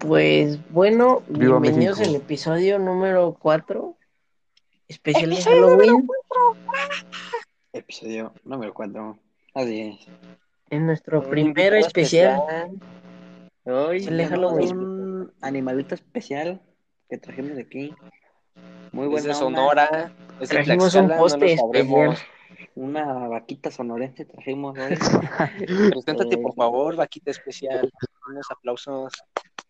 Pues bueno, Viva bienvenidos México. al episodio número 4, especial de Episodio número Halloween, Episodio número 4. Así es. en nuestro primer especial. Hoy Se le jaló, tenemos güey. un animalito especial que trajimos de aquí. Muy Es buena de onda. Sonora. Es de Trajimos un Tlaxcala, no lo poste sabremos. especial. Una vaquita sonorense trajimos hoy. Este, Preséntate, por favor, vaquita especial. Unos aplausos.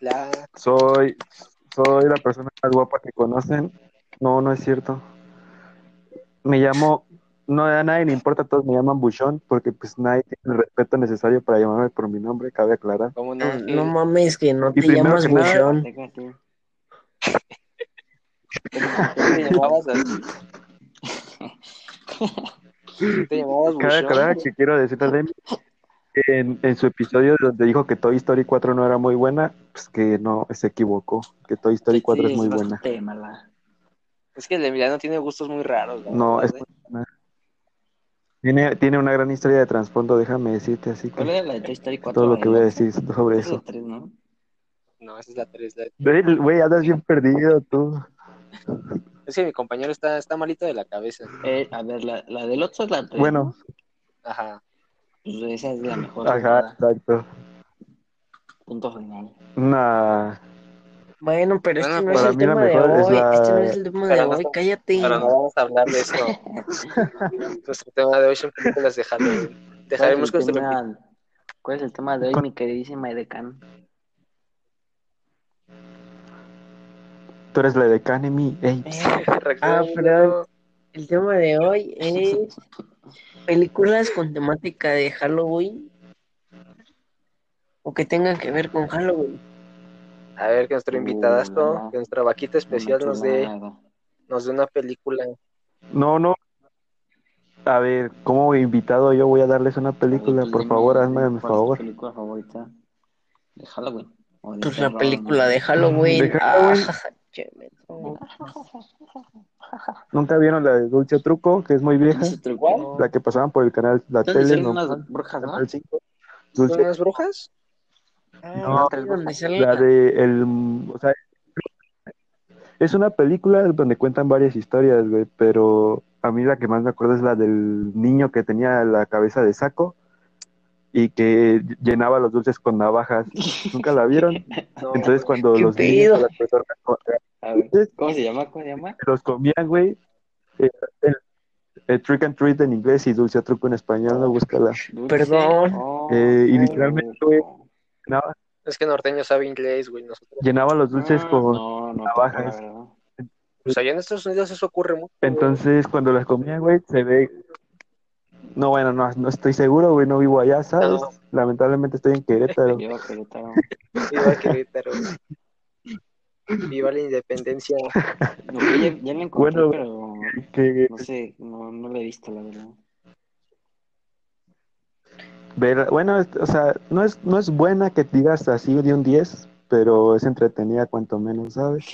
La... Soy, soy la persona más guapa que conocen. No, no es cierto. Me llamo, no a nadie le importa, todos me llaman Buchón, porque pues nadie tiene el respeto necesario para llamarme por mi nombre, cabe aclarar. ¿Cómo no? No, Mm, no mames, que no Y te primero llamas que nada- eh, buchón. Tengo así. ¿Cómo te llamabas así? ¿Cómo te llamabas Cabe buchón? aclarar que quiero decirle a Demi que en, en su episodio donde dijo que Toy Story 4 no era muy buena, pues que no, se equivocó, que Toy Story 4 Sí, es muy buena. bastante mala. Es que el Emiliano tiene gustos muy raros. la No, verdad, es buena. Tiene, tiene una gran historia de trasfondo, déjame decirte, así ¿Cuál que era la de Toy Story 4? todo lo que voy a decir sobre Esas eso. tres, ¿no? ¿eh? No, esa es la 3. Güey, güey, andas bien perdido tú. Es que mi compañero está, está malito de la cabeza. Eh, a ver, la, la del 8 es la 3. Bueno, Ajá. Pues esa es la mejor. ajá, exacto. Punto final. Nah, Bueno, pero este Bueno, no es para el mí la tema de mejor es hoy, la- este no es el tema de Para hoy, nosotros- cállate. Pero no vamos a hablar de eso. Nuestro tema de hoy son películas de Halloween. Dejaremos ¿Cuál es nuestro el tema- ¿Cuál es el tema de hoy, mi queridísima Edecán? tú eres la de Canemi. Ey, Eh, recuerdo. pero- El tema de hoy es películas con temática de Halloween o que tengan que ver con Halloween. A ver, que nuestro Uh, no, invitadazo, no. que nuestra vaquita especial nos dé, Chulada. nos dé una película. no, no. A ver, como invitado yo voy a darles una película, Pues por dime, favor, hazme el ¿cuál es tu favor. película favorita de Halloween? O de Pues la terror, película ¿no? de Halloween. De Halloween. Ah, che, me trago. ¿Nunca vieron la de Dulce Truco, que es muy vieja? Ese truco. La que pasaban por el canal, la Entonces tele, hicieron no, unas brujas, ¿no? canal 5. ¿Son Dulce, unas brujas? Ah, donde sale la de el, o sea, es una película donde cuentan varias historias, güey, pero a mí la que más me acuerdo es la del niño que tenía la cabeza de saco y que llenaba los dulces con navajas. ¿Nunca la vieron? No. Entonces cuando ¿Qué los pedo? niños o las personas co- eh, A ver, ¿Cómo se llama? ¿Cómo se llama? los comían, güey, eh, el, el trick and treat en inglés y dulce o truco en español, no búscala. Dulce. Perdón. Oh, Ah, Eh, y literalmente, güey, llenaba, Es que norteño sabe inglés, güey. Nosotros. llenaba los dulces Ah, con... no, no, navajas. la verdad. O sea, pues, allá en Estados Unidos eso ocurre mucho. Entonces, cuando las comía, güey, se ve. No, bueno, no, no estoy seguro, güey, no vivo allá, ¿sabes? Lamentablemente estoy en Querétaro. Yo, Querétaro. Viva Querétaro. Viva la independencia. No, que ya, ya la encontré, Bueno, pero que no sé, no, no la he visto, la verdad. ver, bueno, es- o sea, no es, no es buena que digas así de un 10, pero es entretenida cuanto menos, ¿sabes?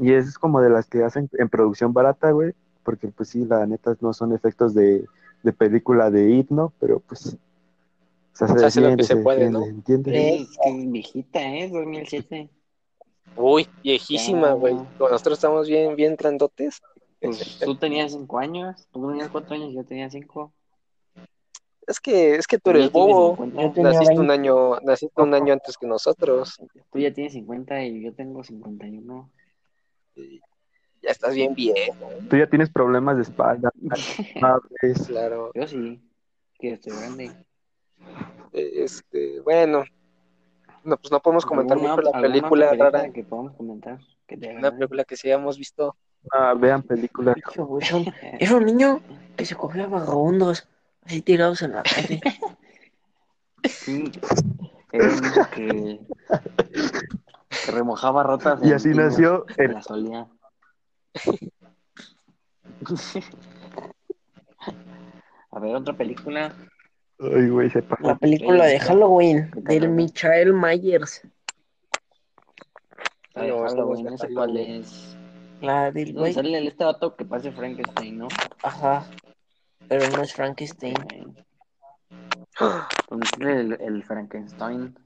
Y es como de las que hacen en producción barata, güey, porque pues sí, la neta no son efectos de, de película de IT, ¿no? Pero pues, o sea, se, Se hace lo que defiende, se se puede, defiende, ¿no? ¿entiendes? Sí. Es que es viejita, ¿eh? 2007. Uy, viejísima, güey. Como Nosotros estamos bien, bien trandotes. Pues tú tenías 5 años, tú tenías 4 años, yo tenía 5. Es que, es que tú Ya eres tienes bobo. 50. Yo tenía Naciste 20. un año, naciste un año antes que nosotros. Tú ya tienes 50 y yo tengo 51. Ya estás bien viejo, Tú ya tienes problemas de espalda, no hables. claro. Yo sí, que estoy grande. Este, bueno. No, pues no podemos comentar ¿Alguna- mucho la alguna película rara. que podamos comentar? Que te Una agrade? película que sí hayamos visto. Ah, vean películas. Pinche buchón. Era un niño que se cogía vagabundos así tirados en la calle. Sí, era un niño que, que remojaba ratas. Y en así piña, nació en el La solía. A ver, otra película. Ay, güey, se pasó. La película de Halloween del Michael Myers. La de Ah, No, esta Halloween, no es no sé de cuál Halloween. es. La del ¿Dónde güey. sale este vato que parece Frankenstein, no? Eh, Ajá. Pero no es Frankenstein. pues, Donde sale el, el Frankenstein.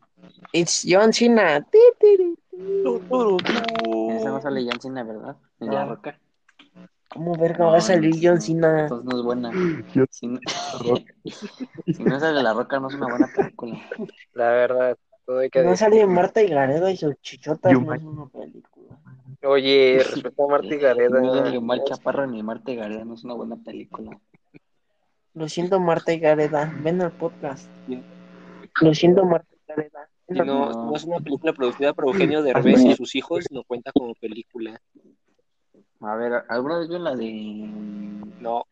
It's John Cena. Ti, ti, ti, ti. Esa va a salir John Cena, ¿verdad? En la Ah. No. roca. ¿Cómo verga va a No, salir John Cena? Entonces no es buena. Yo- Si no, si no sale la roca, no es una buena película. La verdad, todo hay que No decir. sale Marta y Gareda y sus chichotas. Yo- No es una película. Oye, respeto a Marta y Gareda. No sale Omar Chaparro ni Marte Gareda, no es una buena película. Lo siento, Marta y Gareda. Ven al podcast. Lo siento, Marta y Gareda. Y Ven al no, No. no es una película producida por Eugenio Derbez y sus hijos, no cuenta como película. A ver, ¿alguna vez vio la de. No.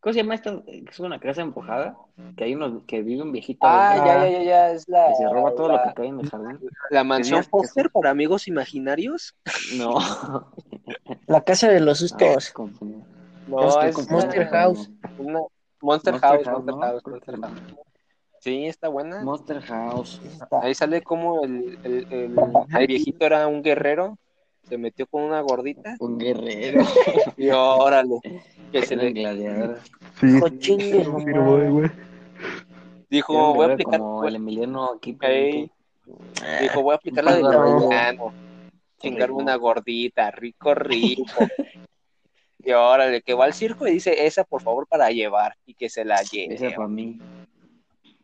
¿Cómo se llama esta? Que es una casa empujada. Que hay uno que vive un viejito. Ah, ¿verdad? ya, ya, ya, ya, es la... Que se roba todo la, lo que cae Ah. en el jardín. la mansión que se- Foster para amigos imaginarios. No. La casa de los Ah, estoy sustos. confundido. Ya No, estoy es confundido. Monster Monster, House. una, Monster, Monster House, House, Monster ¿no? House, Monster House. Sí, está buena. Monster House. Ahí sale como el, el, el- el viejito era un guerrero, se metió con una gordita Un guerrero. y órale, que se Era un le gladiador. Sí, Hijo, sí, chingue su pero voy, madre. güey. dijo, Era un voy a guerrero aplicar, pues Como voy- el Emiliano aquí. Ah, Ey. dijo, voy a aplicar la de No. Mariano, chingarme Rico. una gordita, rico, rico. Y órale, que va al circo y dice, esa por favor para llevar, y que se la Esa lleve. para mí.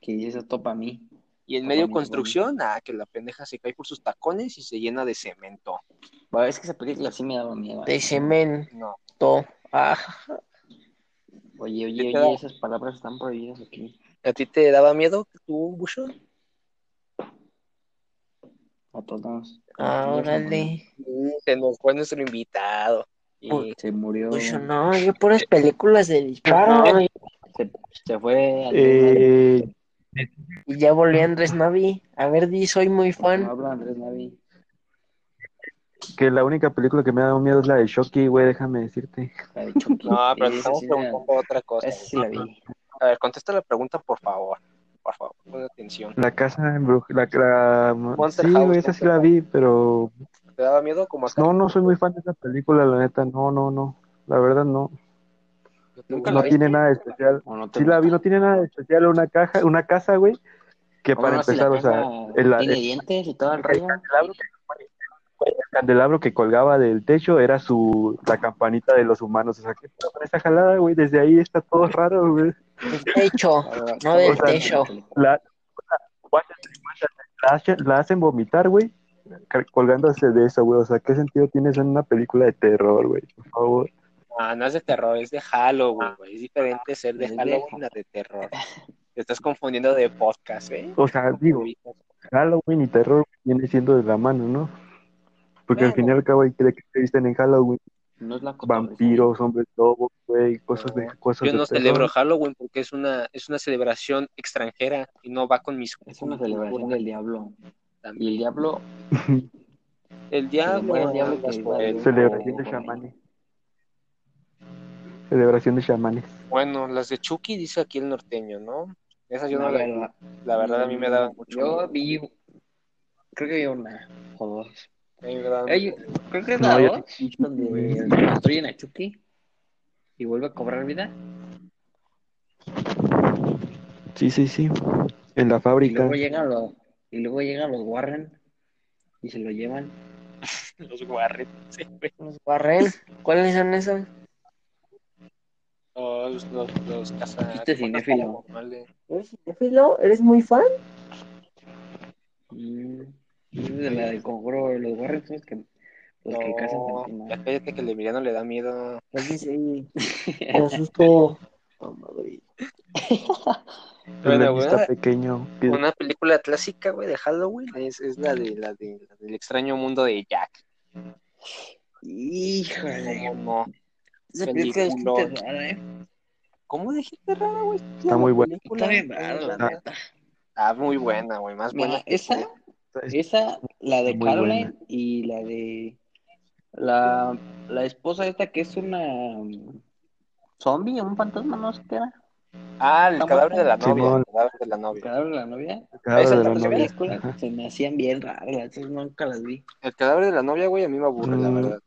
Que esa topa a mí. Y en Por medio lo mismo. construcción, ah, que la pendeja se cae por sus tacones y se llena de cemento. Va, Es que esa película sí me daba miedo. ¿eh? De cemento. No, Ah, Oye, ¿Te oye, queda? oye, esas palabras están prohibidas aquí. ¿a ti te daba miedo tú, Busho? A todos. ah, órale. Se nos fue nuestro invitado. Y Se murió. Pues yo no, yo puras películas de disparo. Se, se fue al Eh, Y ya volví a Andrés Navi. A ver, di, soy muy No fan. habla Andrés Navi. que la única película que me ha dado miedo es la de Shocky, güey, déjame decirte. La de Chucky. no, pero te Esa estamos sí la- preguntando otra cosa. Esa sí la vi. A ver, contesta la pregunta, por favor. Por favor, pon atención. La casa embrujada. La, la... Monster Sí, House, güey, esa sí Monster la vi, pero ¿Te daba miedo como acá? no, no soy muy fan de esa película, la neta. No, no, no. La verdad, no. Nunca la No vi. tiene nada de especial. O no te Sí la vi, gusta. no tiene nada de especial una caja, una casa, güey, que ¿Cómo para Oh, no? Si empezar, la o sea, caja el, la- tiene el dientes y todo el rollo. candelabro que colgaba del techo era su la campanita de los humanos, o sea, que con esa jalada, güey, desde ahí está todo raro, güey. El techo. La verdad, No este del está buena techo. película. La, la, hacen- la hacen vomitar, güey, cal- colgándose de eso, güey, o sea, ¿qué sentido tienes en una película de terror, güey? Por favor. Ah, no es de terror, es de Halloween, güey. Es diferente ser de Es de- Halloween a de terror. Te estás confundiendo de podcast, ¿eh? O sea, Ah, digo, Halloween y terror viene siendo de la mano, ¿no? Porque al fin y al cabo hay que que visten en Halloween, No es la cotorriza. vampiros, hombres lobos, güey, cosas de cosas Ah, Yo no de terror. celebro Halloween porque es una, es una celebración extranjera y no va con mis... Es una celebración del diablo. Y el diablo El Se le muere diablo. el diablo que andas va por al él. diablo. Celebración de chamanes. Celebración de chamanes. Bueno, las de Chucky dice aquí el norteño, ¿no? Esas yo no, No, las la- La verdad a mí me daban mucho miedo. Yo vi. Creo que vi una o dos. A mí me daban- Hay- creo que es No, la yo- dos, donde construyen a Chucky y vuelve a cobrar vida. Sí, sí, sí. En la Y fábrica. luego llegan los, y luego llegan los Warren y se lo llevan. Los Warren. sí, güey. Los Barren. ¿Cuáles son esos? No, Los, los, los caza- Este cinéfilo. paranormales. ¿Eres cinéfilo? ¿Eres muy fan? Mm, es de la del conjuro, los Warren son los que, los que cazan No, ya fantasmas. cállate que el Emiliano le da miedo. Pues dice, "Ay, me asusto. El Bueno, artista güey. pequeño. que- Una película clásica, güey, de Halloween es, es la, de, la, de, la del extraño mundo de Jack. Híjole. No, no. Esa película es Peliculón. bastante rara, ¿eh? ¿Cómo dijiste rara, güey? Está muy buena. Está bien rara, la Está neta. muy buena, güey. Más Mira, buena. que- esa, esa, la de Muy Caroline y la de la, la esposa esta que es una um, zombie, un fantasma, no sé qué era. Ah, el cadáver de la Simón. novia. El cadáver de la El novia. cadáver de la novia. Claro, de Esa la la Esas novia. películas se me hacían bien raras, esas nunca las vi. El cadáver de la novia, güey, a mí me aburre, la Mm. verdad.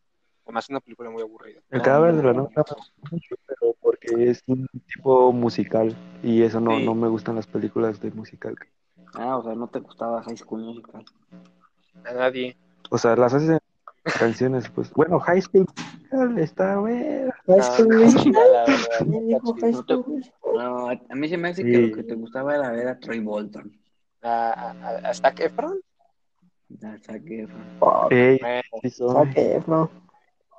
Además, es una película muy aburrida. El cadáver de la novia me gusta mucho, pero porque es un tipo musical y eso no, Sí. no me gustan las películas de musical. Ah, o sea, no te gustaba High School Musical. A nadie. O sea, las haces en canciones, pues. Bueno, High School Musical está buena. High Ah, School no, Musical. la verdad, ¿Quién dijo pues. está High no te- School Musical? No, a mí se me hace Sí. que lo que te gustaba era ver a Troy Bolton. A- a- a- Ah, ¿Hasta que Efron? A Zac Efron. Ey, Bueno, sí son. Ah, que no.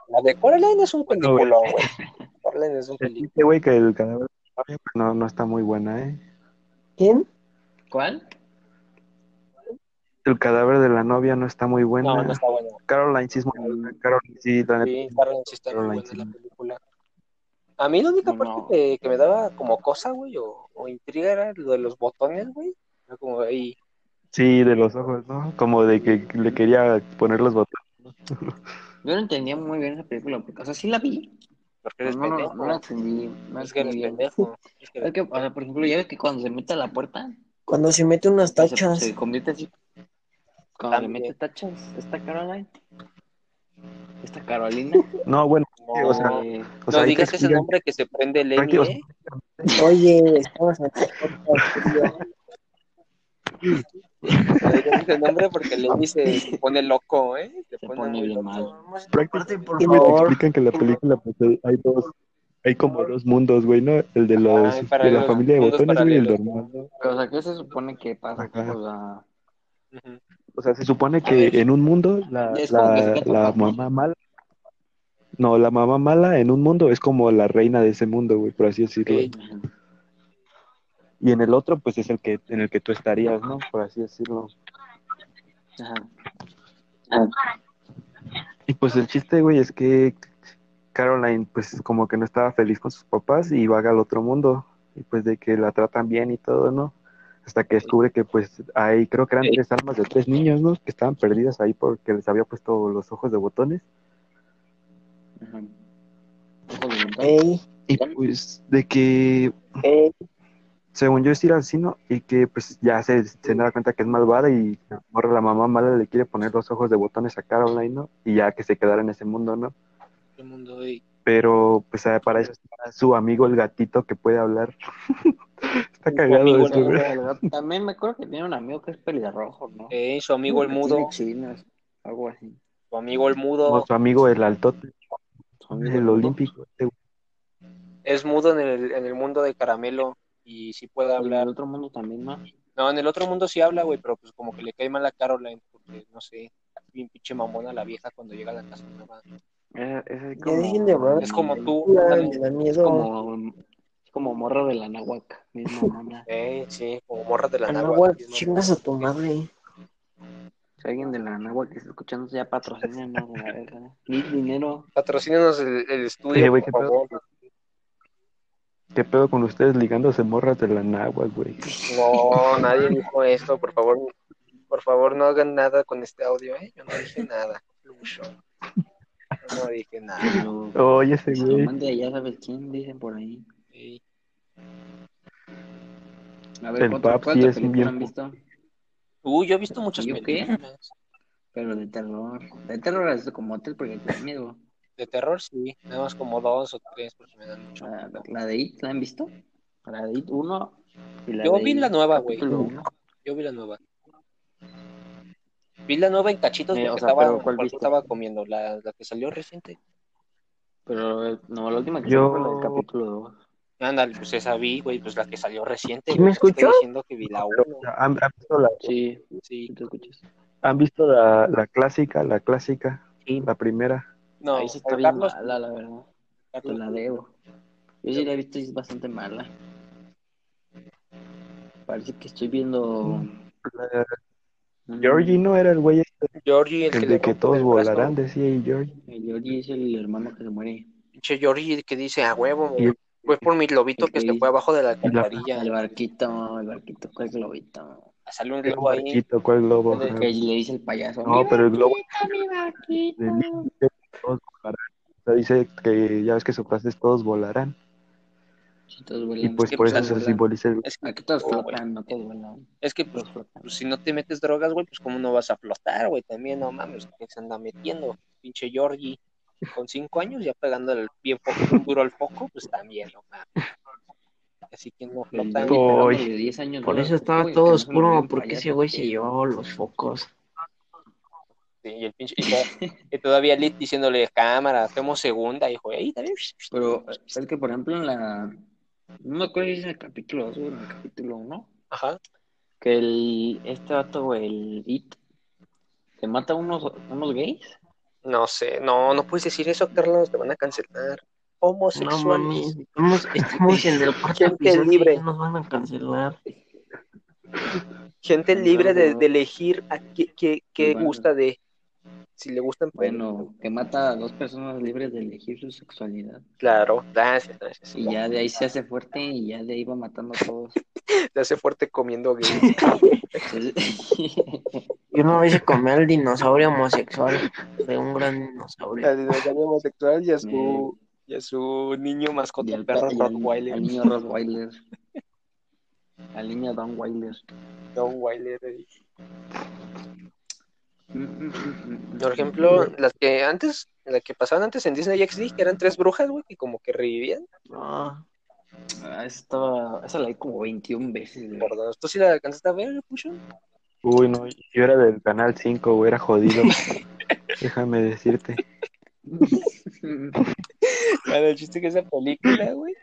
La de Coraline es un Bueno, güey. peliculón, güey. Coraline es un película. Este güey que el cadáver no, no está muy buena, ¿eh? ¿Quién? ¿Cuál? El cadáver de la novia no está muy buena. No, no está buena. Caroline sí es muy buena. Caroline sí, la neta. Mm, Sí, Caroline sí está muy Caroline, buena la sí. película. A mí la única No, parte no. que, que me daba como cosa, güey, o, o intriga era lo de los botones, güey. Era como ahí. Sí, de los ojos, ¿no? Como de que le quería poner los botones. Yo no entendía muy bien esa película. Porque, o sea, sí la vi. Porque pero eres No, no, pendejo. no la entendí. No es que eres entendí bien. pendejo. Es que Es eres- que, o sea, por ejemplo, ya ves que cuando se mete a la puerta, Cuando se mete unas se, tachas. se convierte así. Cuando También. se mete tachas, esta Caroline. Esta Carolina. No, bueno, No, o sea, no eh, o sea, ahí te digas ese explican- nombre que se prende el Emmy, Tranquilo. ¿eh? Oye, estamos aquí. No digas ese nombre porque el Emmy se, se pone loco, ¿eh? Se, Se pone muy bien loco. mal. Aparte, por Siempre te favor. explican que en la película pues, hay- hay dos, hay como dos mundos, güey, ¿no? El de los Ay, de la paralelos, familia de Ah, mundos botones, güey, y el paralelos. normal. o sea, ¿qué se supone que pasa? Ajá. O sea, Ujú. O sea, se supone A que ver. en un mundo la, Es como que se la, te la tapas, ¿no? mamá mala, no, la mamá mala en un mundo es como la reina de ese mundo, güey, por así decirlo. Ey. Y en el otro, pues es el que en el que tú estarías, ¿no? Por así decirlo. ajá. Y pues el chiste, güey, es que Caroline, pues como que no estaba feliz con sus papás y vaga al otro mundo. Y pues de que la tratan bien y todo, ¿no? Hasta que descubre que pues ahí creo que eran tres almas de tres niños, ¿no? Que estaban perdidas ahí porque les había puesto los ojos de botones. ajá. Ojo de botón. Ey, Y pues de que, ey, según yo, es ir al sino y que pues ya se, se da cuenta que es malvada y la morra, la mamá mala le quiere poner los ojos de botones a Caroline, ¿no? Y ya que se quedara en ese mundo, ¿no? El Este mundo, ey. pero pues ah, para eso está su amigo el gatito que puede hablar. está cagado amigo, eso, ¿no? güey. También me acuerdo que tiene un amigo que es pelirrojo, ¿no? Ey, su Eh, amigo el Que mudo. tiene chinos, algo así. Su amigo el Como mudo. su amigo el altote, Su amigo el mudo. olímpico. este güey. Es mudo en el, en el mundo de caramelo. Y sí puede Y en hablar. el otro mundo también, ¿no? No, en el otro mundo sí habla, güey, pero pues como que le cae mal a Caroline. Porque no sé. Bien pinche mamona la vieja cuando llega a la casa nueva. Es, es así Ya como, dejen de hablar. Es como tú. me da Es miedo. como, es como morro de la Nahuaca, misma mamá. Eh, sí, como morra de la Anáhuac, náhuatl. Ah, chingas a tu madre. Si alguien de la Nahuaca está escuchando, ya patrocina, ¿no? La verga. Ni dinero. Patrocínanos el, el estudio, Eh, güey, por qué pedo. favor. ¿Qué pedo con ustedes ligándose morras de la nagua, güey? No, nadie dijo esto, por favor. Por favor, no hagan nada con este audio, ¿eh? Yo no dije nada. Lucho. Yo no dije nada. Pero, Oye, ese se lo güey. mande allá, ¿sabes quién? Dicen por ahí. Sí. A ver, El ¿cuánto- Pap sí ¿cuántas es películas bien han visto? Uh, yo he visto muchas ¿Yo qué? películas. Pero de terror. De terror es como hotel porque te da miedo. De terror, sí. Nada más como dos o tres porque me dan mucho. La, la de It, ¿la han visto? La de It 1 y la Yo de vi la nueva, güey. capítulo uno. Yo vi la nueva. Vi la nueva en cachitos Eh, porque o sea, estaba, pero ¿cuál porque viste? estaba comiendo. La, la que salió reciente. Pero eh, no, la última que Yo- salió fue la del capítulo 2. Ándale, pues esa vi, güey. Pues la que salió reciente. ¿Sí güey. me Te estoy escuchó? diciendo que vi la uno. ¿Han, han visto, la, Sí, Sí. sí te escuchas. han visto la, la clásica, la clásica, Sí. la primera? No, Ahí sí está bien Carlos, mala, la verdad. Te Carlos, la debo. Yo sí la he visto y es bastante mala. Parece que estoy viendo... La- un- Georgie no era el güey este, Georgie, Oh. el, el de que le que rompe todos el brazo. volarán, decía y Georgie. El Georgie es el hermano que se muere. Pinche Georgie que dice a huevo, Y- pues por mi globito el que que se fue abajo de la y la- alcantarilla. ah, El barquito, el barquito, ¿cuál globito? Sale un ¿Qué globo ahí. barquito? ¿Cuál globo? El Que le dice el payaso. No, pero el globo mi barquito. de dice todos volarán. O sea, dice que ya ves que su frase es todos volarán. Si todos Y vuelan, pues que por pues eso las se vuelan. simboliza el Es que, Aquí todos Oh, flotan, no todos vuelan. es que pues, Todos flotan. pues, si no te metes drogas, güey, pues cómo no vas a flotar, güey. También, no mames, que se anda metiendo. Pinche Georgie, con cinco años ya pegando el pie fo- duro al foco, pues también, no mames. Así que no El flotan. Por- niño Uy, esperando de 10 años Por no eso lo estaba supo y todo que no se lo volvió oscuro, un porque ese payaso, güey que- se llevó los focos. Sí, y, el pinche, y, to- y todavía Lit diciéndole cámara, hacemos segunda, hijo, ahí también. Pero es que, por ejemplo, en la. No me acuerdo si es en el capítulo 2 o en el capítulo 1. Ajá. Que el, este vato, güey, el It, se mata a unos, unos gays. No sé, no, no puedes decir eso, Carlos, te van a cancelar. No Homosexual. mames, estamos, estamos en el cuarto Gente episodio libre. y ya nos van a cancelar. Gente libre de, Bueno. de elegir a qué, qué- qué Bueno. gusta de. Si le gustan, pues, Bueno, que mata a dos personas libres de elegir su sexualidad. Claro, gracias, gracias. Y ya de ahí se hace fuerte y ya de ahí va matando a todos. Te hace fuerte comiendo gay. Yo una vez comí al dinosaurio homosexual de un gran dinosaurio. Al dinosaurio homosexual y a su, Me- y a su niño Y mascota al, perro y al- Rottweiler. al niño Rottweiler. Al niño Don Weiler. Don Wilder. ahí. Por ejemplo, las que antes, las que pasaban antes en Disney XD, que eran tres brujas, güey, que como que revivían. No, Ah, estaba, esa la vi como 21 veces. güey. por dos. ¿Tú sí la alcanzaste a ver, Pucho? Uy, no, yo era del canal 5, güey, era jodido. Déjame decirte. Bueno, el chiste que esa película, güey.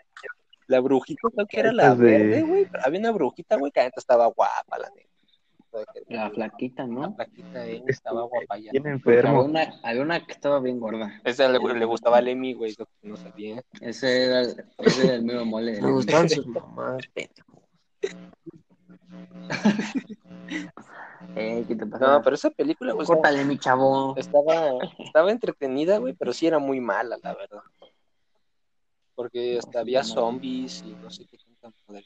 La brujita creo que era la Estas de- verde, güey. pero Había una brujita, güey, que la neta estaba guapa, la neta. O sea, que La flaquita, La ¿no? plaquita de Es- estaba guapa ya. Bien Porque había enfermo. una, había una que estaba bien gorda. Esa le, le gustaba a Lemmy, güey, es lo que no sabía. Ese era, ese era el mero mole. de me la- gustaban sus mamás, pendejo. Eh, ¿qué te pasa? No, pero esa película, güey, estaba, Córtale, mi chavo. estaba, estaba entretenida, güey, pero sí era muy mala, la verdad. Porque hasta había zombies y no sé qué tanta madre.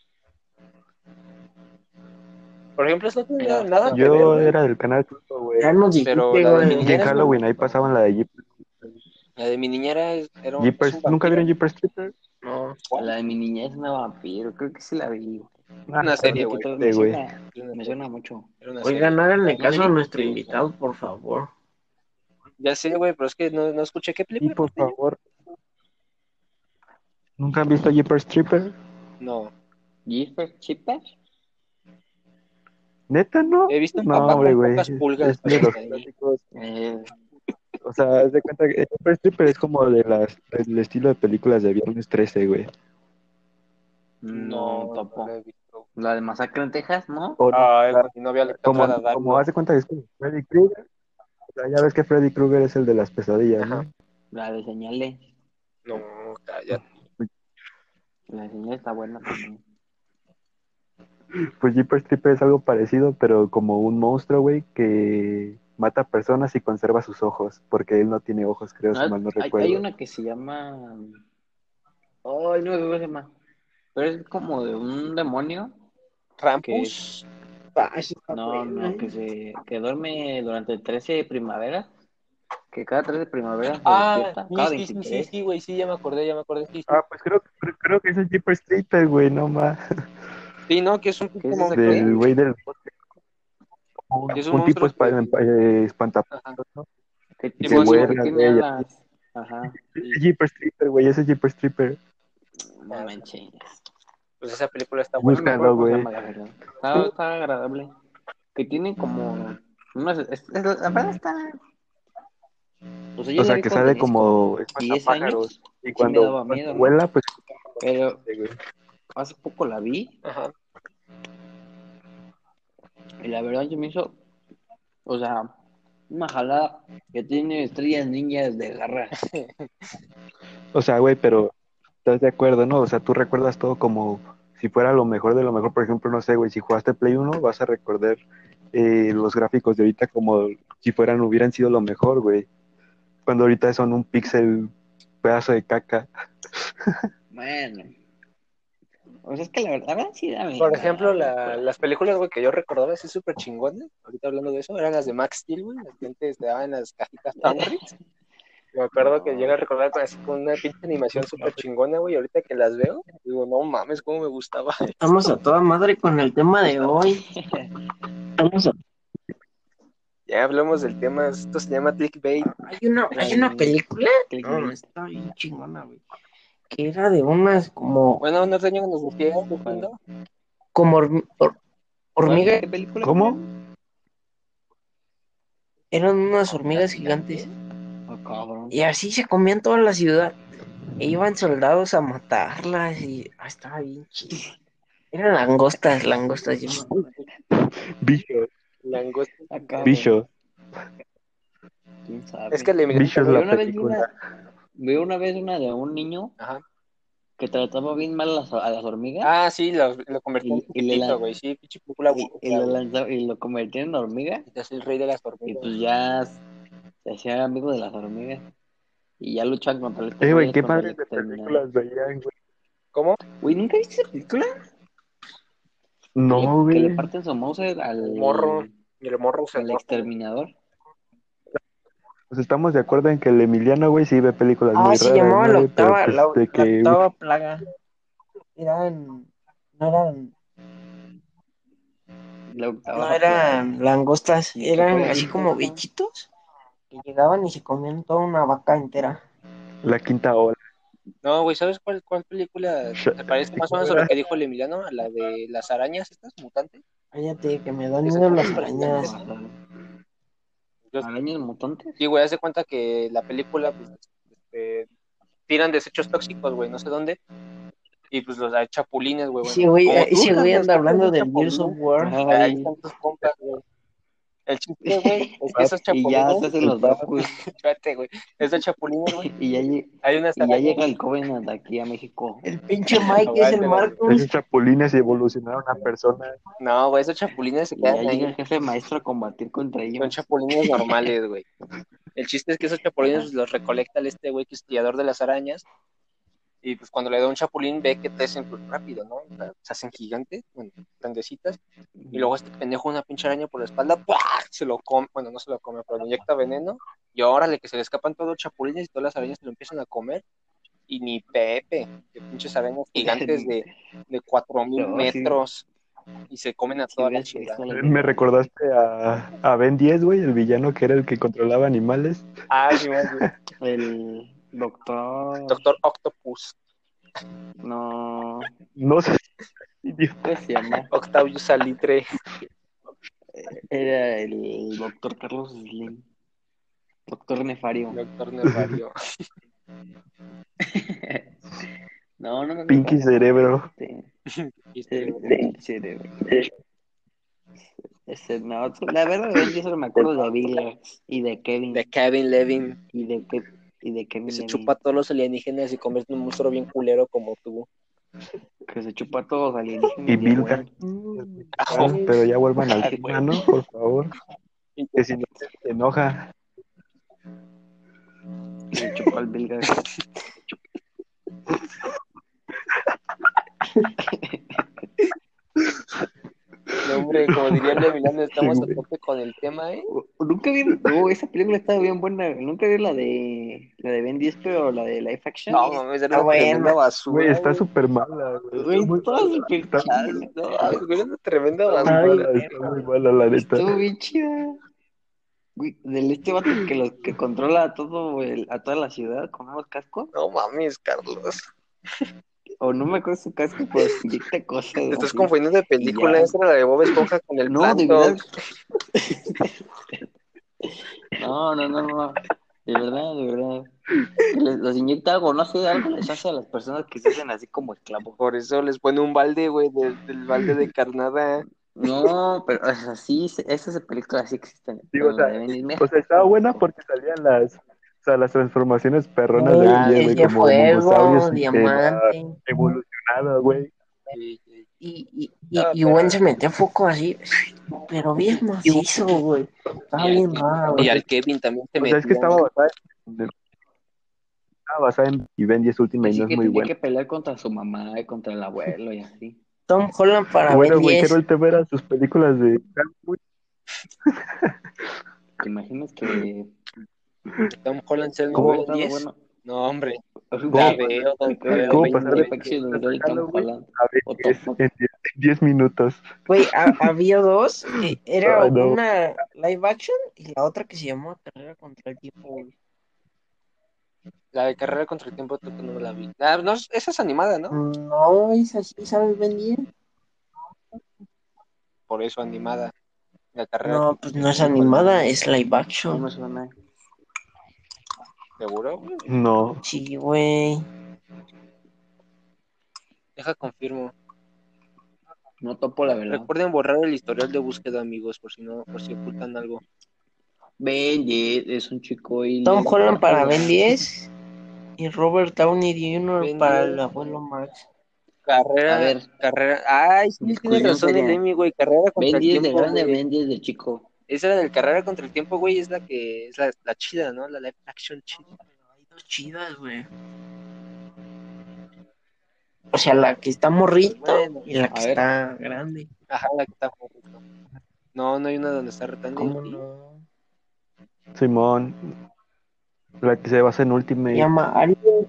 Por ejemplo, eso no tiene Mira, nada, nada que ver, Yo güey. era del canal 5, güey. Ya nos dijiste, Pero la de güey. Y en Miniñeras, güey, Halloween ahí pasaban la de Jeep- la de mi niñera es- era un- es un Jeepers. ¿Nunca vieron vampiro. Jeepers Creepers? No, La de mi niñez una vampiro, creo que sí la vi. güey. Una serie, Ahorita güey. que todo- este, me, güey. suena, me suena mucho. Era una serie. oigan, háganle No, caso a sí, nuestro sí. invitado, por favor. Ya sé, güey, pero es que no, no escuché qué Y película. por favor. ¿Nunca han visto Jeepers Creepers? No, ¿Jeepers Chippers? ¿Neta no? he visto un No, Eh, papá hombre, con güey. pocas pulgas. Es de los güey. clásicos. Eh, O sea, haz de cuenta que Jeepers Creepers es como de las, del estilo de películas de Viernes 13, güey. no, no topo. la he visto. La de Masacre en Texas, ¿no? O Ah, es- mi novia le como, tocaba dar. como hace cuenta que es como Freddy Krueger. O sea, ya ves que Freddy Krueger es el de las pesadillas, ¿no? La de Señales. No, cállate. La de Señales está buena también. Pues Jeepers Creepers es algo parecido, pero como un monstruo, güey, que mata personas y conserva sus ojos, porque él no tiene ojos, creo, si No, mal no Ah, hay, recuerdo. hay una que se llama... Ay, no me acuerdo cómo se llama. Pero es como de un demonio. Rampus. Ah, No, ¿eh? no, que se que duerme durante 13 primaveras. Que cada 13 primaveras se despierta. Ah, Cada sí, sí, sí, sí, 23. sí, güey, sí, ya me acordé, ya me acordé. Sí, sí. Ah, pues creo, creo, creo que ese es Jeepers Creepers, güey, no más. Sí, no, que es un ¿Qué es como esa que- Del güey del bosque. Un, Es un un tipo monstruo espa- eh, espantapasos, ¿no? Que, Sí, que pues, tiene- sí. que tiene alas. Ajá. Ese es Jeepers Creepers, güey, ese es Jeepers Creepers. No manches. Pues esa película está buena. Bueno, me acuerdo Búscalo, cómo se güey. llama, la verdad. Está, está agradable. Que tiene como. unas- es- es- la verdad está. O sea, yo O la sea, vi que cuando sale tenía como 10 espantapájaros. años, Y me cuando daba miedo, cuando ¿no? vuela, pues pero güey. hace poco la vi Ajá. y la verdad yo me hizo. O sea, una jalada que tiene estrellas niñas de garras. O sea, güey, pero estás de acuerdo, ¿no? O sea, tú recuerdas todo como si fuera lo mejor de lo mejor. Por ejemplo, no sé, güey, si jugaste Play 1, vas a recordar eh, los gráficos de ahorita como si fueran, hubieran sido lo mejor, güey. Cuando ahorita son un píxel, pedazo de caca. Bueno. O sea, es que la verdad, la verdad sí da miedo. Por ejemplo, la- las películas, güey, que yo recordaba así súper chingonas, ahorita hablando de eso, eran las de Max Steel, güey, las que antes te daban las cajitas Tantrix. Me acuerdo que llega a recordar con, así, con una pinche animación súper chingona, güey. y Ahorita que las veo, digo, no mames, cómo me gustaba. Estamos a toda madre con el tema de hoy. Estamos a- Ya hablamos del tema, esto se llama clickbait. Hay una, hay una película. Mm. Que- No, está bien chingona, güey. que era de unas como, Bueno, no tenía unos pies, ¿no? como horm- hor- hormigas, ¿Qué película? ¿Cómo? eran unas hormigas gigantes. Ah, cabrón. Y así se comían toda la ciudad. E iban soldados a matarlas y ah, estaba bien chido. Eran langostas, langostas. yo me acuerdo. Bichos, Langosta. Ah, cabrón. bichos. ¿Quién sabe? Es que le migré. Bichos Pero la yo una vez vi película. una- vi una vez una de un niño Ajá. que trataba bien mal a las, a las hormigas Ah, sí, lo, lo convertí en Y- y le chiquito, lan- güí. Sí, pinche película y, bonita, y lo güey. lanzaba- y lo convertía en hormiga Y te hace el rey de las y hormigas. pues ya se hacía amigo de las hormigas y ya luchaban contra las Eh, güey, hormigas qué cuando padres las de exterminaban. películas veían, güey. ¿Cómo? Güey, ¿nunca viste esa película? No, Que le güey. parten su mouse al Morro. Y el morro se al exterminador. Pues estamos de acuerdo en que el Emiliano, güey, sí ve películas Ah, muy se raras, llamaba ¿no, la güey? Pero, octava, pues, la, de la que, octava plaga. Eran, no eran, La octava no parte. eran langostas, ¿Y qué eran fue? así como bichitos que llegaban y se comían toda una vaca entera. la quinta ola. No, güey, ¿sabes cuál, cuál película se parece más o menos a lo que dijo el Emiliano? A la de las arañas, estas mutantes. Cállate, que me dan miedo las arañas. Yo- ¿Arañas mutantes? Sí, güey, hace cuenta que la película, pues, este, tiran desechos tóxicos, güey, no sé dónde. Y pues los hay chapulines, güey. Ese bueno, güey, como tú ese güey también anda estás hablando un del chapulín, Gears of War. Ajá, Ahí eh, y- están tus compas, güey. El chiste, güey, es que esos y ya se chapulines. hacen los vacuos Espérate, güey. Esos chapulines, güey. y ya, lle- Hay unas y ya arañas. llega el Covenant aquí a México. El pinche Mike es el Aguántala, Marcus. Esos chapulines evolucionaron a personas. No, güey, esos chapulines se Y ya quedan llega ahí. el jefe maestro a combatir contra Son ellos. chapulines normales, güey. El chiste es que esos chapulines los recolecta el este güey que es criador de las arañas. Y pues cuando le da un chapulín ve que crecen pues, rápido, ¿no? O sea, se hacen gigantes, bueno, grandecitas. Y luego este pendejo una pinche araña por la espalda, ¡pua! se lo come, bueno, no se lo come, pero le inyecta veneno. Y órale, que se le escapan todos los chapulines y todas las arañas se lo empiezan a comer. Y ni Pepe, que pinches arañas gigantes de, de 4000 No, sí. metros. Y se comen a Si toda la hubieras ciudad. visto la- Me recordaste a, a Ben 10, güey, el villano que era el que controlaba animales. Ah, sí, más bien. el doctor. Doctor Octopus, No. No sé. Idiota. ¿Qué se llama? Octavio Salitre. Era el doctor Carlos Slim. Doctor Nefario. Doctor Nefario. No, no me Pinky Cerebro. Este, Este, este, pinche de- Este, no, la verdad, güey, yo solo me acuerdo de Bill y de Kevin De Kevin Levin. y de, Ke- y de Kevin Que se Levy, chupa a todos los alienígenas y convierte en un monstruo bien culero como tú. que se chupa a todos alienígenas. Y bien Bill bueno. Ah, Pero ya vuelvan al Ah, tema, ¿no? Por favor. Que si no se enoja. Se chupa al Bill Gates. No, hombre, como diría el Emiliano, estamos Sí, a tope con el tema, ¿eh? Nunca vi, no, esa película estaba bien buena. Nunca vi la de la de Ben 10, pero la de Life Action. No, mames, era Ah, una bueno. tremenda basura. Güey, está güey. súper mala, güey. Güey, Está muy todas mala. súper Está chidas. No, mames, güey, era una tremenda muy basura. Ay, mala, está muy mala, la neta. Estuvo bien chida. Güey, del este vato que, los, que controla a, todo el- a toda la ciudad con unos cascos. No mames, Carlos. O no me acuerdo su casco, pero se inyecta cosas. Te estás así. confundiendo de película. Ya. Esa era la de Bob Esponja con el No, de plato. verdad. No, no, no, no. De verdad, de verdad. Les- Los inyecta algo, no sé, algo les hace a las personas que se hacen así como esclavos. Por eso les pone un balde, güey, de- del balde de carnada. No, pero o sea, sí, se- esas películas sí existen. Digo, o pero sea, la de Ben 10 me- O sea, estaba buena porque salían las, o sea, las transformaciones perronas Ay, de Ben es 10, de güey, como dinosaurios fuego, y que va diamante. evolucionado, güey. Sí, sí. Y, y, y, Ah, y Gwen se metía foco así, pero bien macizo, güey. Estaba Y- bien raro, Y güey. al Kevin también te O sea, es que metían, estaba basada en, estaba basada en y Ben 10 Ultimate Así no es que muy tenía buena. que pelear contra su mamá y contra el abuelo y así. Tom Holland para Bueno, Ben güey, 10. quiero el tema era sus películas de ¿Te imaginas que Tom Holland ser el hubiera número estado 10. bueno? No, hombre. Hubiera La ¿Cómo? veo, la hubiera veo. ¿Cómo Ben pasar de- 10 Action de Dory Tom Pasarlo, güey. Holland a Ben o Tom 10 en 10 en 10 minutos. Güey, ha- había dos. eh, era Ay, no. una live action y la otra que se llamó Carrera contra el Tiempo, güey. La de carrera contra el tiempo creo que no la vi. Ah, no, esa es animada, ¿no? No, es así, ¿sabes venir? Por eso animada. La carrera No, pues no es animada, es live No action. me suena. seguro, güey. No. Sí, güey. Deja confirmo. No topo la verdad. Recuerden borrar el historial de búsqueda, amigos, por si no, por si ocultan algo. Ben 10 es un chico y. Tom Holland para Ben 10 y Robert Downey Jr. Ben para 10. el abuelo Max. Carrera, A ver. carrera. Ay, sí, tienes Discusión razón el seria. Emi, güey. Carrera contra Ben el 10 de tiempo. grande, güey. Ben 10 de chico. Esa era del carrera contra el tiempo, güey. Es la que es la, la chida, ¿no? La live action chida. Hay dos chidas, güey. O sea, la que está morrita Bueno, y la que a ver. está grande. Ajá, la que está jugando. No, no hay una donde está retando. ¿Cómo no? Simón. La que se basa en Se Ultimate. llama Ariel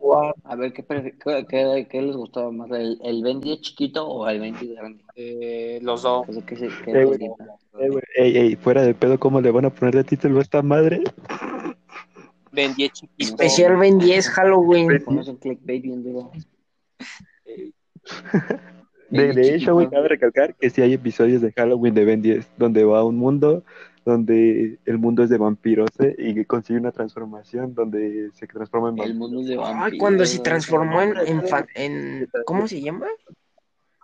War. A ver, ¿qué, prefi- qué, qué- qué les gustaba más? ¿El, el Ben 10 chiquito o el Ben 10 grande? Eh, los dos. Pues, ¿qué, se- qué Eh, güey. bandita? Eh, güey, ey, ey, fuera de pedo, ¿cómo le van a poner de título a esta madre? Ben 10 chiquito. Especial Ben 10 Halloween. Pones un clickbait bien duro. Eh, De, Ben de 10 hecho, güey, chiquito. cabe recalcar que sí hay episodios de Halloween de Ben 10, donde va a un mundo donde el mundo es de vampiros ¿eh? y consigue una transformación donde se transforma en El vampiro. mundo de Ay, vampiros. Ah, cuando se transformó en, en, güey. fan- en- ¿Cómo se llama?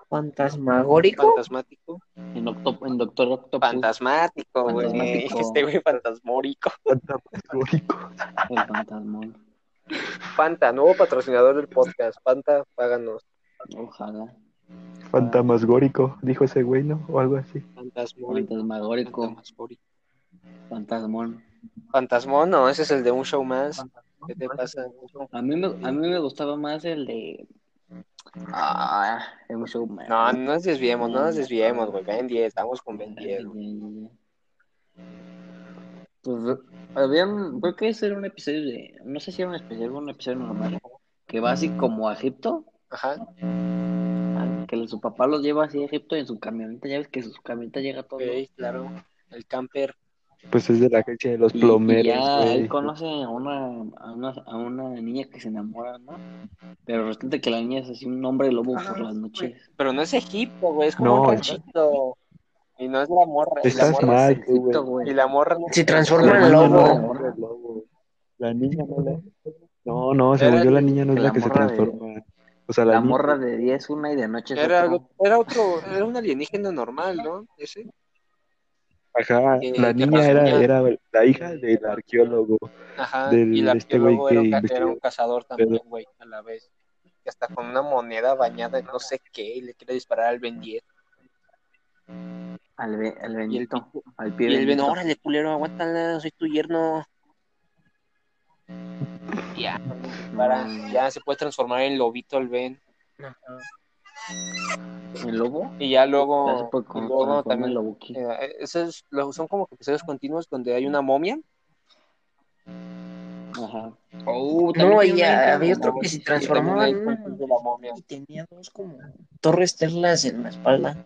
Fantasmagórico. Fantasmático. En, Octop- en Doctor Octopus. Fantasmático, güey. Fantasmático. Este güey fantasmórico. Fantasmagórico. El fantasmón. Panta, nuevo patrocinador del podcast. Panta, páganos. Ojalá. Fantasmagórico, dijo ese güey, ¿no? O algo así. Fantasmórico. Fantasmagórico. Fantasmórico. Fantasmón. Fantasmón, no, ese es el de un show más. ¿Qué te pasa? A mí, me, a mí me gustaba más el de. Ah, el show man. No, no nos desviemos, no nos desviemos, güey. Ben 10, vamos con Ben 10, güey. Pues habían, creo que ese era un episodio de, no sé si era un especial o un episodio normal, que va así como a Egipto, Ajá. a- que su papá los lleva así a Egipto en su camioneta, ya ves que su camioneta llega todo. ¿no? Ok, claro. El camper. Pues es de la agencia de los Y- y plomeros, ya güey. él conoce a una, a una, a una niña que se enamora, ¿no? Pero resulta que la niña es así un hombre lobo Ah, por las noches. Pero no es Egipto, güey, es como No, un ranchito. Y no es la morra. y la Estás morra- mal, Es Egipto, güey. Y la morra no Se transforma La en niña no era morra, lobo. el hombre lobo. La niña no la... No, no, Era según yo la el- niña no es la la que se morra de- transforma. O sea, la, La niña- morra de día es una y de noche es Era, otra. algo- era otro, era un alienígena normal, ¿no? Ese. Ajá, que- la que niña era, rasguña. era la hija del arqueólogo. Ajá. Del- y el este güey arqueólogo era, un que ca- investigó. era un cazador también, güey, a la vez. Y hasta con una moneda bañada en no sé qué y le quiere disparar al Ben 10. Al, be- al Y el Benito, pico- al pie Y el Ben, Benito. órale, culero, aguántala, soy tu yerno. Ya, para, Mm. ya se puede transformar en lobito el Ben. ¿El lobo? Y ya Ya se luego, puede y con- luego transformar en también lobo aquí. eh, esos los- son como que episodios continuos donde hay una momia. Ajá. Oh, No, y a- había Había otro que se transformaba transformaba en una de la momia. y tenía dos como torres terlas en la espalda.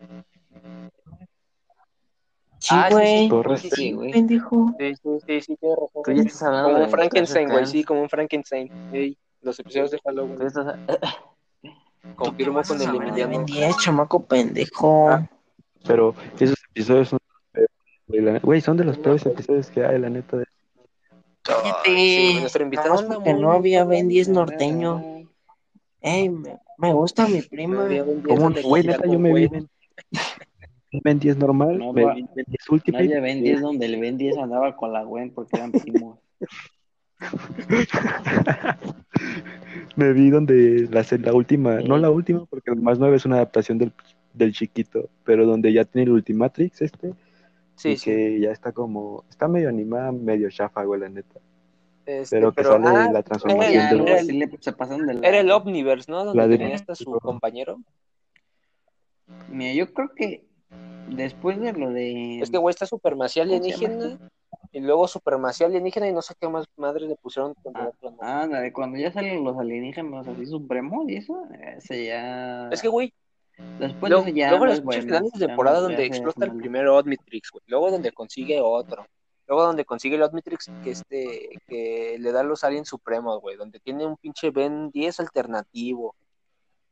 Sí, Ah, sí, güey. sí. Torres. Pues sí, güey. Pendejo. Sí, sí, sí, sí, tienes razón, Tú güey. ya estás hablando Como de un Frankenstein, güey, Clash of sí, como un Frankenstein. Ey, los episodios de Clans. Tú Halloween. ya estás- ¿Tú qué Confirmo vas a con el saber de Ben Emiliano. 10, chamaco pendejo? Ah. Pero esos episodios son de los peores, güey, la- güey, son de los peores episodios que hay, la neta. de- Cállate. Sí, güey, nuestro invitado Nomás anda porque muy- no había Ben 10 norteño. Ey, me, me gusta mi prima. Había un día Como de güey, gira neta, con yo me vi güey. Ben, Ben 10 normal, No, me va. vi Ben 10 Nadie Ultimate. Ben 10 donde el Ben 10 andaba con la Gwen porque eran primos. Me vi donde la, la última, Sí. no la última, porque el más nueva es una adaptación del, del chiquito, pero donde ya tiene el Ultimatrix este, Sí, y sí. que ya está como, está medio animada, medio chafa, güey, la neta. Este, Pero que sale de la transformación era, Ya, del- luego era el- sí le, se pasan de la... era el Omniverse, ¿no? Donde La de- tenía hasta su compañero. Mira, yo creo que después de lo de... Es que, Este güey, está supremacía ¿Cómo se llama alienígena y luego supremacía alienígena y no sé qué más madres le pusieron contra otro nombre. Ah, la de cuando ya salen los alienígenas así supremos y eso, ese ya... Es que, güey, Después Lo- de eso ya luego no los es pinches bueno. finales de ya temporada no- ya donde se hace explota el malo. primer Omnitrix, güey. Luego donde consigue otro. Luego donde consigue el Omnitrix que este que le da los aliens supremos, güey, donde tiene un pinche Ben 10 alternativo.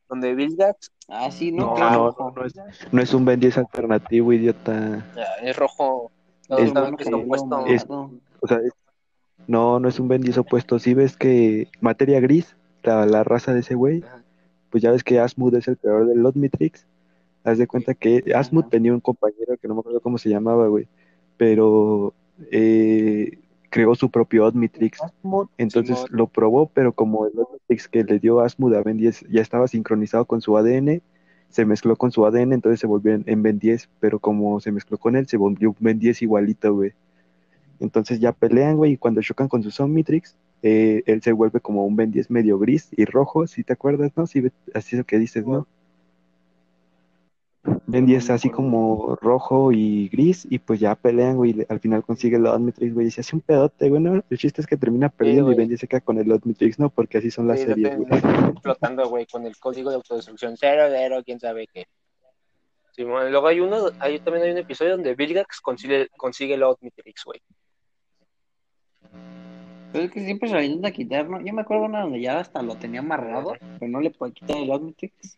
Donde Bill Gates Ah, sí, no, No, claro. no, no, no es, no es un Ben 10 alternativo, idiota. ah, es rojo, no, Es- saben que es- está opuesto. es- O sea, es- no, no es un Ben 10 opuesto. Si ves que materia gris, la, la raza de ese güey, Ajá. pues ya ves que Asmud es el creador del Lotmitrix. Haz de cuenta que Asmud Ajá. tenía un compañero que no me acuerdo cómo se llamaba, güey, pero eh, creó su propio Lotmitrix. Entonces Simón. lo probó, pero como el Lotmitrix que le dio Asmud a Ben 10 ya estaba sincronizado con su ADN, se mezcló con su ADN, entonces se volvió en, en Ben 10, pero como se mezcló con él, se volvió un Ben 10 igualito, güey. Entonces ya pelean, güey, y cuando chocan con sus Omnitrix, eh, él se vuelve como un Ben 10 medio gris y rojo, si te acuerdas, ¿no? Si ve- así es lo que dices, ¿no? Ben 10 así como rojo y gris, y pues ya pelean, güey, y le- al final consigue el Omnitrix, güey, y se hace un pedote, güey, ¿no? El chiste es que termina perdiendo y güey. Ben 10 se queda con el Omnitrix, ¿no? Porque así son las Sí, lo series, tienen güey. explotando, güey, con el código de autodestrucción cero, cero, quién sabe qué. Simón, luego hay uno, hay, también hay un episodio donde Vilgax consigue, consigue el Omnitrix, güey. Pero Pues es que siempre se lo intenta quitar, ¿no? Yo me acuerdo una donde ya hasta lo tenía amarrado, pero no le puede quitar el Omnitrix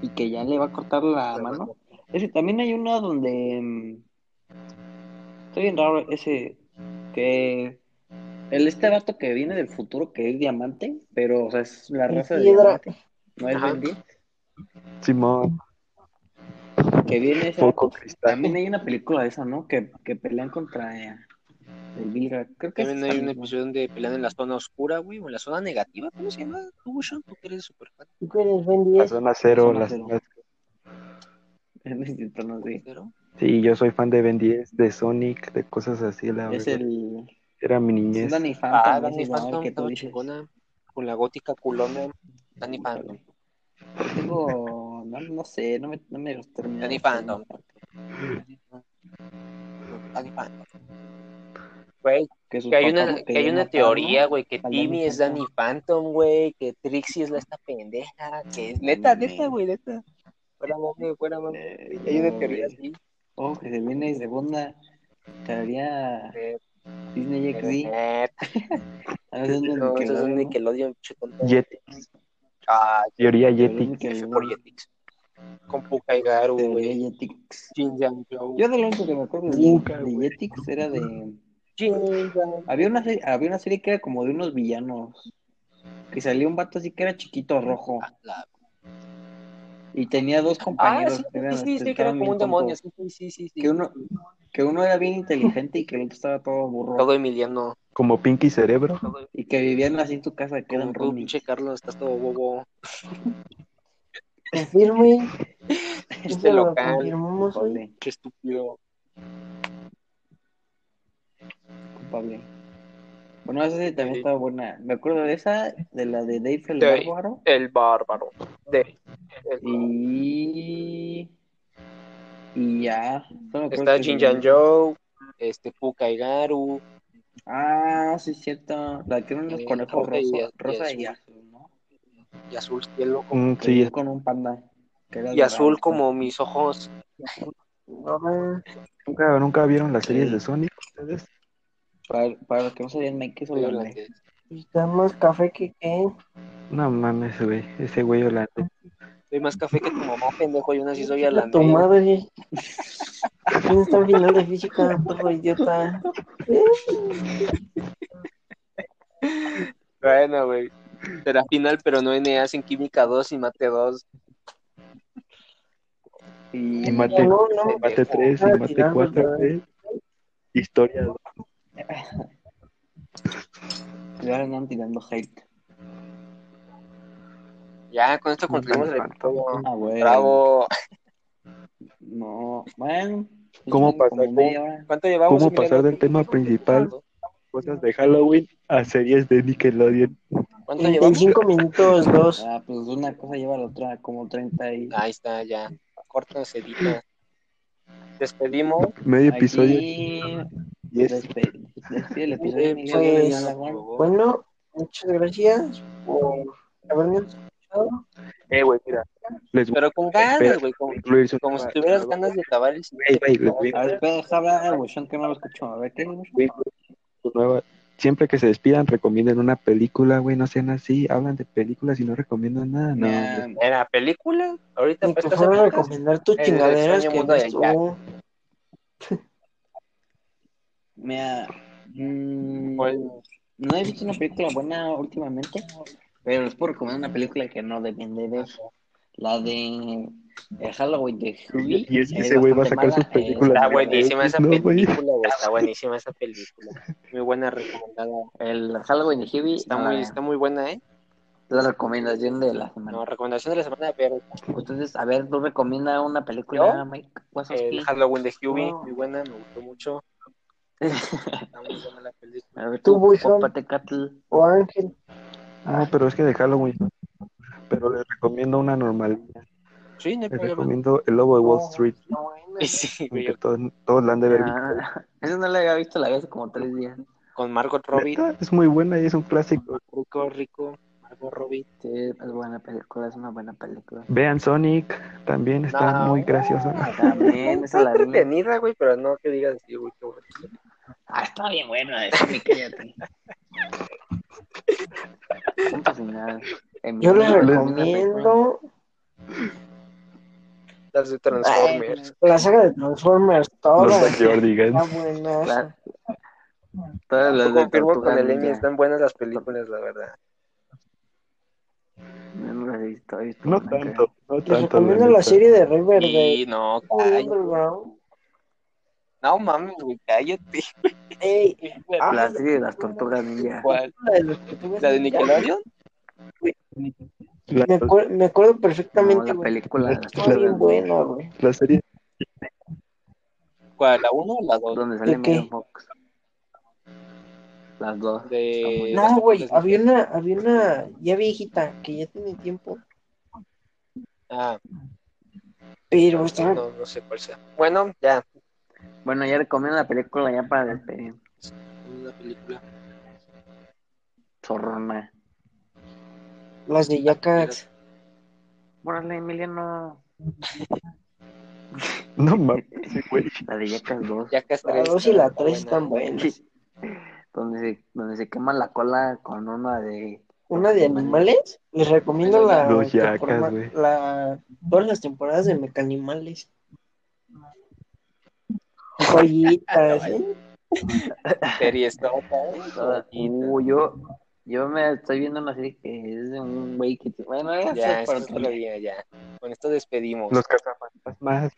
y que ya le va a cortar la mano. Es que también hay una donde. mm, Está bien raro ese. Que. El este vato que viene del futuro, que es diamante, pero, o sea, es la Sí, raza de piedra. diamante. No es Ajá. Ben 10. Simón, Que viene ese foco vato. cristal. También hay una película de esa, ¿no? Que, que pelean contra eh, el Vilga. Creo que También es hay esa un misma. episodio donde pelean en la zona oscura, güey, o en la zona negativa, ¿cómo se llama? Tú, Sean, tú que eres súper fan, ¿Tú que eres Ben La 10? zona cero, Zona la cero. zona- Necesito, no sé. pero... Sí, yo soy fan de Ben 10, de Sonic, de cosas así, la Es verdad. el. Era mi Es niñez. Danny Phantom. Ah, ese Danny es el Phantom, que tú estaba dices. chingona, con la gótica culona, Danny Phantom. Tengo. No, no sé, no me, no me los terminé. Danny de Phantom. terminar. este Danny Phantom. Güey, Que, sus que hay papás una, lo que hay querían una matar, teoría, ¿no? güey, que Al Timmy Danny es Phantom. Danny Phantom, güey, que Trixie es la esta pendeja, que es neta, neta, güey, neta. Fuera mami, fuera mami. Eh, Hay una no, teoría güey. así. Oh, que se viene segunda. Teoría de- Disney de- XD. de- A veces no, No, eso es un Nickelodeon, ¿no? Nickelodeon, pinche tonto. Yetix, Ah, teoría Teoría Yetix. F por Nickelodeon. Jetix. Con Puka y Garu, Teoría güey. Jetix. Jin Yang Joe. Yo de lo único que me acuerdo de, Nunca, de güey. Jetix era de. Jin Yang. Había una, serie, había una serie que era como de unos villanos. Que salía un vato así que era chiquito rojo. Ah, la- Y tenía dos Ah, compañeros sí, que sí, sí, eran, sí, que era estaban como bien un demonio. tontos. Sí, sí, sí, sí. sí. Que uno, que uno era bien inteligente y que el otro estaba todo burro. Todo Emiliano. Como Pinky Cerebro. Todo, Y que vivían así en tu casa, que como eran tú, roomies. pinche Carlos, estás todo bobo. Confirmen. Chiste Eso Este lo este local. confirmamos eh. hoy. Culpable, Qué estúpido. culpable. Bueno, esa serie también Sí. estaba buena. Me acuerdo de esa, de la de Dave el Sí. Bárbaro. El bárbaro. De, el- Y. Y ya. Solo me acuerdo está que Jin se Yang eh, llama- Joe, este Puka y Garu, Ah, sí, es cierto. La que eran unos eh, conejos rosa, y, rosa, y rosa azul, y azul, ¿no? y azul cielo. como- Mm, Que sí, vivían es- con un panda. Que era y azul dorado. como mis ojos. ¿Nunca, nunca vieron las series Sí. de Sonic ustedes? Para, para los que no sabían, Mike es Soy holandés. holandés. Y da más café que qué. No mames, güey. Ese güey holandés. Soy más café que tu mamá, pendejo. Yo nací soy Chinga tu holandés. madre. eh. ¿Quién está en final de física, todo idiota? Bueno, güey. Será final, pero no NA sin química 2 y mate 2. Y Y mate, No, no. mate 3 y mate 4, güey. eh. Historia. dos. le van andando tirando hate. Ya, con esto concluimos el Danny Phantom. episodio. Ah, güey. Bravo. No, bueno. ¿Cómo estuvimos pasar? como media hora. ¿Cuánto llevamos? ¿Cómo pasar del tema principal? Cosas de Halloween a series de Nickelodeon. Eh, ¿Cuánto llevamos? 35 minutos, dos. Ah, pues una cosa lleva a la otra, como 30 y... eh. Ahí está, ya. Corta, sedita. Despedimos. Medio episodio. Aquí... Yes. despe- Despide el episodio, Eh, Emilio. pues, soy dime ya Emiliano, la por guardo. favor. Bueno, muchas gracias por habernos escuchado. Eh, güey, mira. Les voy Pero con ganas, Espera. güey. Como, a incluir su... como si tuvieras ganas de acabar el Güey, güey, les voy a A ver, espera, deja hablar al buchón que no lo escucho. A ver, ¿qué buchón? güey, su nueva- Siempre que se despidan, recomienden una película, güey, no sean así, hablan de películas y no recomiendan nada, no. Nah, güey. ¿En la película? Ahorita pues, Ni para te estas fueron a épocas, recomendar tus el chingaderas extraño que mundo de ves tú. mira, mm, pues, no he visto una película buena últimamente, pero les puedo recomendar una película que no depende de eso. La de el Halloween de Hubie. Y es que ese güey va a sacar sus eh. películas. Ah, Está buenísima esa No, güey. película, güey. Está buenísima esa película. Muy buena recomendada. eh. el Halloween de Hubie Está no, muy, la- está muy buena, ¿eh? la recomendación de la semana. No, recomendación de la semana pero Entonces, a ver, tú recomienda una película, Mike Wazowski? El Halloween de Huey, No. muy buena, me gustó mucho. Está muy buena la película. A ver, Tú, tú, Buchón. Popatecatl. O Ángel. Ah, pero es que de Halloween. Pero les recomiendo una normalidad. Sí, no hay Les problema. recomiendo El Lobo de Wall No, Street. está buena. Sí, güey, Aunque todos, todos la han de ver. Ah, esa no la había visto, la vi hace como tres días. con Margot Robbie. Neta, Es muy buena y es un clásico. Rico, rico. Margot Robbie. Sí, es buena película, es una buena película. Vean Sonic, también está No. muy graciosa. También, esa Está la vi. entretenida, güey, pero no que digas así, güey, qué bueno. Ah, está bien buena, esa, me cállate. Son fascinados. En mi Yo les vida, es una película. recomiendo Las de Transformers. pues, la saga de Transformers, Los toda. Backyardigans. Está buena. La- Todas las de Confirmo Tortuga con el Emi, Ninja. están buenas las películas, la verdad. No, no las he visto, he visto No una que- tanto, no Les tanto. la recomiendo la neta. serie de Riverdale. Y no, Muy cállate. underground. No mames, güey, cállate. Ey, ah, La serie de las tortugas ninja. ¿Cuál? la de los que tú ves ¿La de en- Nickelodeon? La, Me, acuer- me acuerdo No, perfectamente, la güey. película de las Está bien tortugas ninja. buena, güey. la serie. ¿Cuál? ¿La 1 o la 2? Donde sale ¿De qué? Megan Fox. Las dos. Está De... muy- No, güey, había una, había una ya viejita que ya tiene tiempo, Ah, pero estaba No, no sé cuál sea. Bueno, ya. Bueno, ya recomiendo la película ya para este, despedir. una película. Zorrona. las de Yakax. Órale, Emiliano. No mames, güey. La de Yacas 2. Ya que La 2 y la 3 están buenas. Donde se, donde se quema la cola con una de. Una de animales, les recomiendo la, Los Yacas, temporada- güey. la- todas las temporadas de Mecanimales. Joyitas, ¿eh? Serie está otra, ¿eh? Toda- Uh, yo, yo me estoy viendo una serie que es de un güey que. Bueno, Ya, ya, sé, esto pero es otro día, ya. Con esto despedimos. Los cazafantasmas.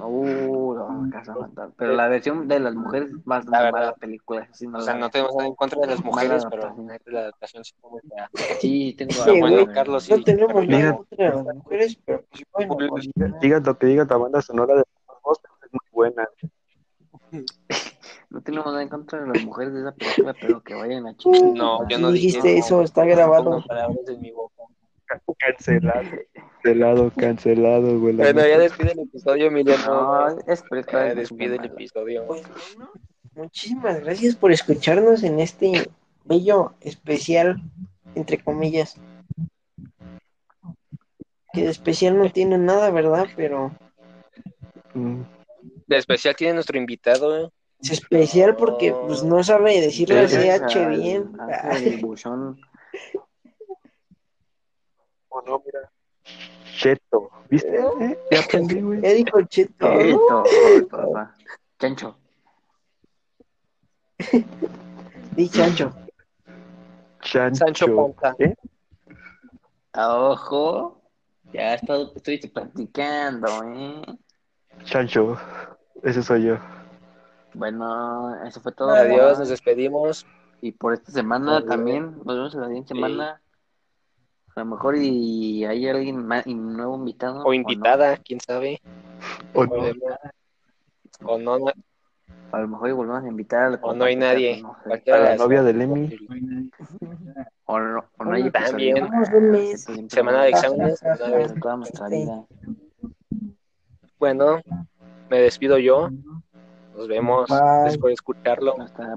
Uh, no, Casa Fantasma. Pero la versión de las mujeres es más La verdad. mala película. sí, no O la sea, veo. no tenemos nada en contra de las mujeres, Mala pero adaptación. la adaptación sí fue muy fea. Sí, tengo Sí, algo. Bueno, güey, Carlos, sí. No tenemos Mira. nada contra las mujeres, pero pues bueno, pues, Digas lo que digas, la banda sonora de los Ghostbusters es muy buena. No tenemos nada en contra de las mujeres de esa película, pero que vayan a chingar. No, yo no sí dije dijiste eso. eso, está Pongo grabado. palabras en mi boca. Cancelado, cancelado, cancelado, güey. la Bueno, ya neta. despide el episodio, Emiliano. No, es Eh, película. Ya es despide el mala. episodio. Pues bueno, muchísimas gracias por escucharnos en este bello especial, entre comillas. Que de especial no tiene nada, ¿verdad? Pero Mm, De especial tiene nuestro invitado. eh. es especial porque pues no sabe decir la Gracias CH al- bien. al buchón. o no, mira. Cheto, ¿viste? ¿Eh? Ya aprendí, güey. Ya dijo Cheto, Eh, ¿no? todo, papá. Chancho. Di Chancho. Chancho. Sancho Ponta. A ojo. Ya he estado- estuviste platicando, ¿eh? Chancho. Ese soy yo. Bueno, eso fue todo. Adiós, ¿no? nos despedimos. Y por esta semana Adiós. también. Nos vemos la siguiente semana. A lo mejor y hay alguien más, y nuevo invitado. O no. invitada, quién sabe. O no. Podemos- O no, A lo mejor y volvemos a invitar al o no hay nadie. no sé. Cualquiera de A la las- novia del Emi. O no, o no hay También. episodio. Vamos un mes. Siempre Semana de vamos a exámenes. hablar de toda nuestra vida. Bueno, me despido yo. Nos vemos. Bye. Gracias por escucharlo. Hasta la